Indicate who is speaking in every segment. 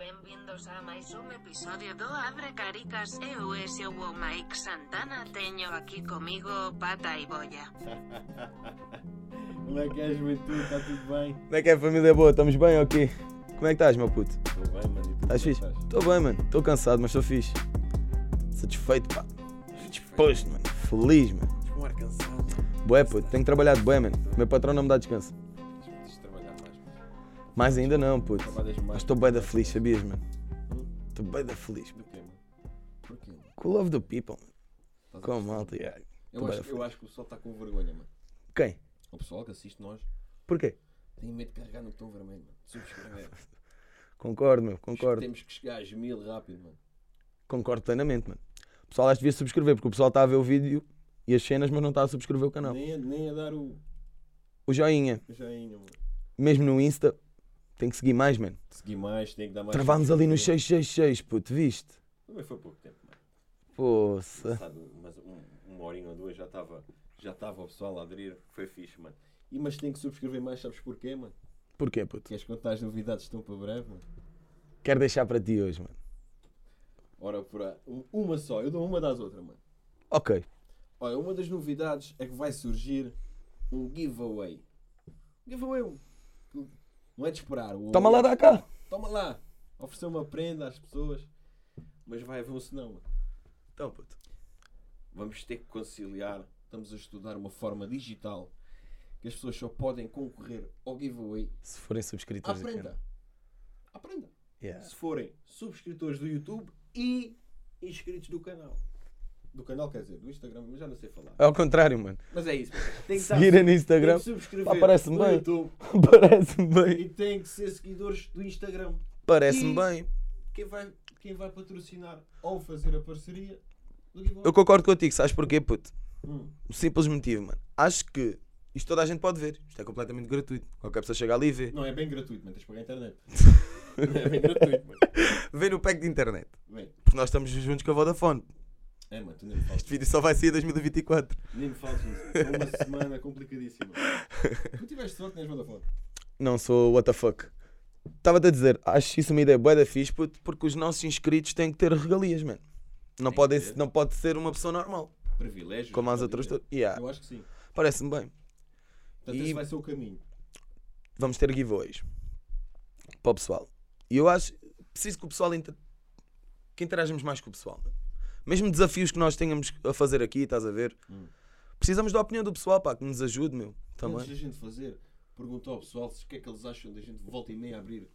Speaker 1: bem-vindos a mais um episódio do Abre Caricas. Eu esse o Mike Santana, tenho aqui comigo Pata e Boia.
Speaker 2: Como é que é, juventude? Está tudo bem?
Speaker 3: Como é que é, família boa? Estamos bem ou quê? Como é que estás, meu puto?
Speaker 2: Estou bem, mano. E tu, como
Speaker 3: Estás
Speaker 2: é que
Speaker 3: fixe? Estou bem, mano. Estou cansado, mas estou fixe. Satisfeito, pá. Disposto, mano. Feliz, mano.
Speaker 2: Com um ar cansado.
Speaker 3: Bué, puto. Tenho trabalhado bué, mano. Meu patrão não me dá descanso.
Speaker 2: Tens de trabalhar mais, mano.
Speaker 3: Mais ainda não, puto.
Speaker 2: Trabalhas mais.
Speaker 3: Mas estou bué da feliz, sabias, mano? Estou bué da feliz, mano.
Speaker 2: Do quê, mano? Porquê, mano?
Speaker 3: Com o love do people, mano.
Speaker 2: Estás a-
Speaker 3: Com a malta, yeah.
Speaker 2: Eu acho, eu acho que o pessoal está com vergonha, mano.
Speaker 3: Quem?
Speaker 2: O pessoal que assiste nós
Speaker 3: Porquê?
Speaker 2: tem medo de carregar no botão vermelho, mano. Subscrever.
Speaker 3: Concordo, meu. Concordo.
Speaker 2: Temos que chegar às mil rápido, mano.
Speaker 3: Concordo plenamente, mano. O pessoal acho que devia subscrever, porque o pessoal está a ver o vídeo e as cenas, mas não está a subscrever o canal.
Speaker 2: Nem, a, nem a dar o
Speaker 3: O joinha,
Speaker 2: o joinha, mano.
Speaker 3: mesmo no Insta, tem que seguir mais, mano.
Speaker 2: Segui mais, tem que dar mais.
Speaker 3: Travámos ali nos
Speaker 2: subscrever.
Speaker 3: 666, puto, viste?
Speaker 2: Também foi pouco tempo, mano.
Speaker 3: Poça.
Speaker 2: Passado umas- um- uma horinha ou duas já estava já estava o pessoal a aderir. Foi fixe, mano. E, mas tem que subscrever mais, sabes porquê, mano?
Speaker 3: Porquê, puto?
Speaker 2: Queres contar as novidades que estão para breve, mano?
Speaker 3: Quero deixar para ti hoje, mano.
Speaker 2: Ora, por a- um- uma só, eu dou uma das outras, mano.
Speaker 3: Ok.
Speaker 2: Olha, uma das novidades é que vai surgir um giveaway. Giveaway, um- não é de esperar. o-
Speaker 3: Toma lá, dá cá.
Speaker 2: Toma lá! Oferecer uma prenda às pessoas. Mas vai haver um senão, mano.
Speaker 3: Então, puto.
Speaker 2: Vamos ter que conciliar. Estamos a estudar uma forma digital que as pessoas só podem concorrer ao giveaway
Speaker 3: Se forem
Speaker 2: à
Speaker 3: subscritores do canal.
Speaker 2: prenda. À prenda.
Speaker 3: Yeah.
Speaker 2: se forem subscritores do YouTube e inscritos do canal. Do canal, quer dizer, do Instagram, mas já não sei falar.
Speaker 3: Ao contrário, mano.
Speaker 2: Mas é isso. Tem que
Speaker 3: Seguirem no
Speaker 2: tem
Speaker 3: Instagram.
Speaker 2: que subscrever
Speaker 3: Pá, parece-me
Speaker 2: no
Speaker 3: bem.
Speaker 2: YouTube
Speaker 3: Parece-me bem.
Speaker 2: e tem que ser seguidores do Instagram.
Speaker 3: Parece-me
Speaker 2: E-
Speaker 3: bem.
Speaker 2: Quem vai, quem vai patrocinar ou fazer a parceria do Giveaway.
Speaker 3: Eu concordo contigo, sabes porquê, puto?
Speaker 2: Hum,
Speaker 3: Um simples motivo, mano. Acho que isto toda a gente pode ver. Isto é completamente gratuito. Qualquer pessoa chega ali e vê.
Speaker 2: Não é bem gratuito, mas tens de pagar a internet. não é bem gratuito, mano.
Speaker 3: Vê no pack de internet.
Speaker 2: Bem,
Speaker 3: Porque nós estamos juntos com a Vodafone.
Speaker 2: é, mano, tu nem me falas.
Speaker 3: Este vídeo só vai sair em 2024.
Speaker 2: Nem me falas nisso. Foi uma semana complicadíssima. Tu tiveste sorte, né, tens Vodafone.
Speaker 3: Não sou what the fuck. Estava-te a dizer, acho isso uma ideia boa da fixe, puto, porque os nossos inscritos têm que ter regalias, mano. Não,
Speaker 2: que
Speaker 3: podem,
Speaker 2: ter.
Speaker 3: não pode ser uma pessoa normal,
Speaker 2: Privilégios.
Speaker 3: como as
Speaker 2: pode
Speaker 3: outras.
Speaker 2: dizer.
Speaker 3: to- Yeah,
Speaker 2: Eu acho que sim.
Speaker 3: Parece-me bem.
Speaker 2: Portanto,
Speaker 3: E-
Speaker 2: esse vai ser o caminho.
Speaker 3: Vamos ter giveaways para o pessoal. E eu acho, preciso que o pessoal inter... que interajamos mais com o pessoal. mano. Mesmo desafios que nós tenhamos a fazer aqui, estás a ver?
Speaker 2: Hum.
Speaker 3: Precisamos da opinião do pessoal, pá, que nos ajude, meu. Tá
Speaker 2: Antes
Speaker 3: Também.
Speaker 2: da gente fazer, perguntou ao pessoal se o que é que eles acham da gente volta e meia abrir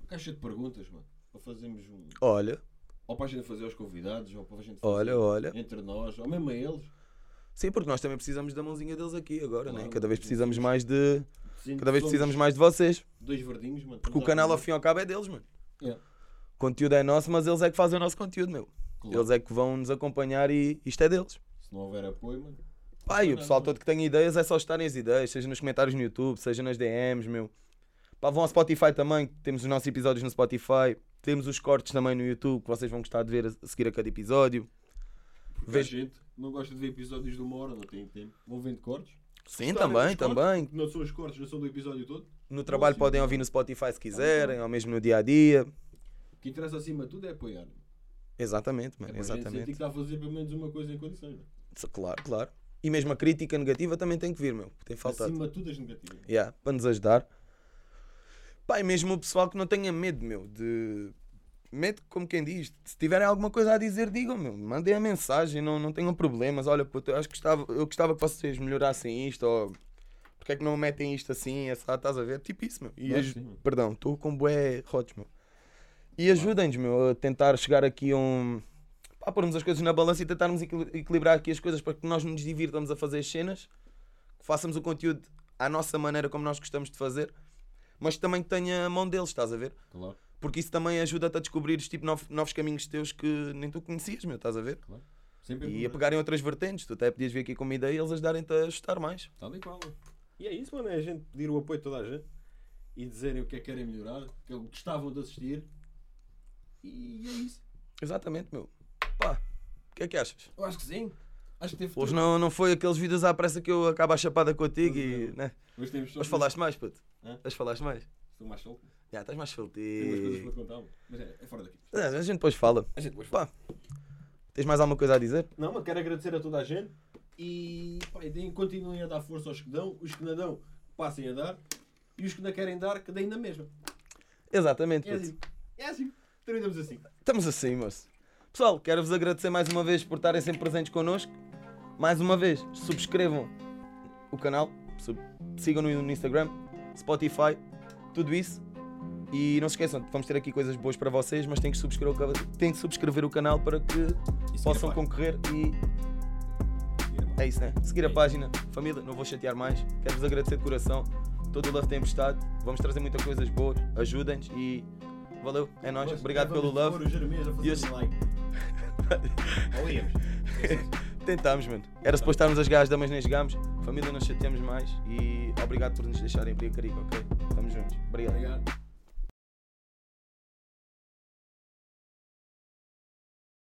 Speaker 2: uma caixa de perguntas, mano. Ou fazemos um.
Speaker 3: Olha,
Speaker 2: Ou para a gente fazer aos convidados, ou para a gente fazer
Speaker 3: olha, olha.
Speaker 2: entre nós, ou mesmo a eles.
Speaker 3: Sim, porque nós também precisamos da mãozinha deles aqui agora,
Speaker 2: Claro,
Speaker 3: né? Cada vez
Speaker 2: sim, sim.
Speaker 3: precisamos mais de.
Speaker 2: Dizendo
Speaker 3: Cada
Speaker 2: que
Speaker 3: vez
Speaker 2: somos
Speaker 3: precisamos mais de vocês.
Speaker 2: Dois verdinhos, mano.
Speaker 3: Porque o canal, ao fim e ao cabo, é deles, mano. O conteúdo é nosso, mas eles é que fazem o nosso conteúdo, meu.
Speaker 2: Claro.
Speaker 3: Eles é que vão nos acompanhar e isto é deles.
Speaker 2: Se não houver apoio, mano.
Speaker 3: Pá, e o pessoal todo que tem ideias é só estarem as ideias, seja nos comentários no YouTube, seja nas DMs, meu. Pá, vão ao Spotify também, que temos os nossos episódios no Spotify. Temos os cortes também no YouTube, que vocês vão gostar de ver a seguir a cada episódio.
Speaker 2: Porque
Speaker 3: Vejo-
Speaker 2: a gente não gosta de ver episódios de uma hora, não tem tempo. Vão vendo cortes.
Speaker 3: Sim,
Speaker 2: Gostarem
Speaker 3: também,
Speaker 2: dos cortes,
Speaker 3: também.
Speaker 2: que Não são os cortes, não são do episódio todo.
Speaker 3: No trabalho
Speaker 2: sim,
Speaker 3: podem ouvir no Spotify se quiserem, ou mesmo no dia a dia.
Speaker 2: O que interessa acima de tudo é apoiar.
Speaker 3: Exatamente,
Speaker 2: É
Speaker 3: mano,
Speaker 2: para a gente sentir que
Speaker 3: exatamente.
Speaker 2: está a fazer pelo menos uma coisa em condições. mano.
Speaker 3: Claro, claro. E mesmo a crítica negativa também tem que vir, meu. Tem faltado.
Speaker 2: Acima de tudo as negativas.
Speaker 3: Yeah, para nos ajudar. Pá, e mesmo o pessoal que não tenha medo, meu, de. Medo, como quem diz, se tiverem alguma coisa a dizer, digam, meu, mandem a mensagem, não, não tenham problemas. Olha, puto, eu acho que gostava, eu gostava que vocês melhorassem isto, ou porque é que não metem isto assim, essa, estás a ver? Tipo isso, meu. E
Speaker 2: Claro
Speaker 3: aju-
Speaker 2: que sim, meu.
Speaker 3: Perdão, estou com bué rotos, meu. E ajudem-nos, meu, a tentar chegar aqui a um. Pá, pormos as coisas na balança e tentarmos equil- equilibrar aqui as coisas para que nós nos divirtamos a fazer as cenas que façamos o conteúdo à nossa maneira, como nós gostamos de fazer, mas que também que tenha a mão deles, estás a ver?
Speaker 2: Claro.
Speaker 3: Porque isso também ajuda-te a descobrir tipo, nov- novos caminhos teus que nem tu conhecias, meu, estás a ver?
Speaker 2: Claro. Sempre é né?
Speaker 3: E a
Speaker 2: melhorar.
Speaker 3: pegarem outras vertentes, tu até podias vir aqui com uma ideia e eles ajudarem-te a ajustar mais.
Speaker 2: Tal e qual. E é isso, mano. É a gente pedir o apoio de toda a gente e dizerem o que é que querem melhorar, o que é que gostavam de assistir. E é isso.
Speaker 3: Exatamente, meu. Pá, o que é que achas?
Speaker 2: Eu acho que sim. Acho que teve
Speaker 3: Hoje não, não foi aqueles vídeos à pressa que eu acabo a chapada contigo e. Né?
Speaker 2: Hoje temos só
Speaker 3: Hoje falaste mais, puto.
Speaker 2: Hã?
Speaker 3: Hoje falaste mais.
Speaker 2: Só Estou mais solto.
Speaker 3: Já, estás mais
Speaker 2: Tenho umas coisas para
Speaker 3: feltê.
Speaker 2: contar, mano. mas é, é fora daqui.
Speaker 3: É, a gente depois fala.
Speaker 2: A gente depois
Speaker 3: Pá, tens mais alguma coisa a dizer?
Speaker 2: Não, mas quero agradecer a toda a gente e pá, deem- continuem a dar força aos que dão, os que não dão, passem a dar e os que não querem dar, que deem na mesma.
Speaker 3: Exatamente,
Speaker 2: É
Speaker 3: puto.
Speaker 2: assim, é assim, terminamos assim.
Speaker 3: Estamos assim, moço. Pessoal, quero-vos agradecer mais uma vez por estarem sempre presentes connosco. Mais uma vez, subscrevam o canal, sub- sigam-nos no Instagram, Spotify, tudo isso. E não se esqueçam, vamos ter aqui coisas boas para vocês, mas têm que subscrever o, ca- têm que subscrever o canal para que
Speaker 2: Isso
Speaker 3: possam
Speaker 2: é pá.
Speaker 3: concorrer e é isso, né? Seguir a página, família, não vou chatear mais. Quero-vos agradecer de coração. Todo o love tem estado. Vamos trazer muitas coisas boas. Ajudem-nos e valeu, é nóis.
Speaker 2: Nós
Speaker 3: Obrigado pelo
Speaker 2: vamos
Speaker 3: love.
Speaker 2: pôr o Jeremias a fazer
Speaker 3: E hoje-
Speaker 2: um like. Ou íamos.
Speaker 3: Tentámos, mano. Era suposto estarmos às gás da mas nem jogámos. Família, não chateamos mais. E obrigado por nos deixarem abrir a carica, ok? Tamo juntos. Obrigado.
Speaker 2: Obrigado.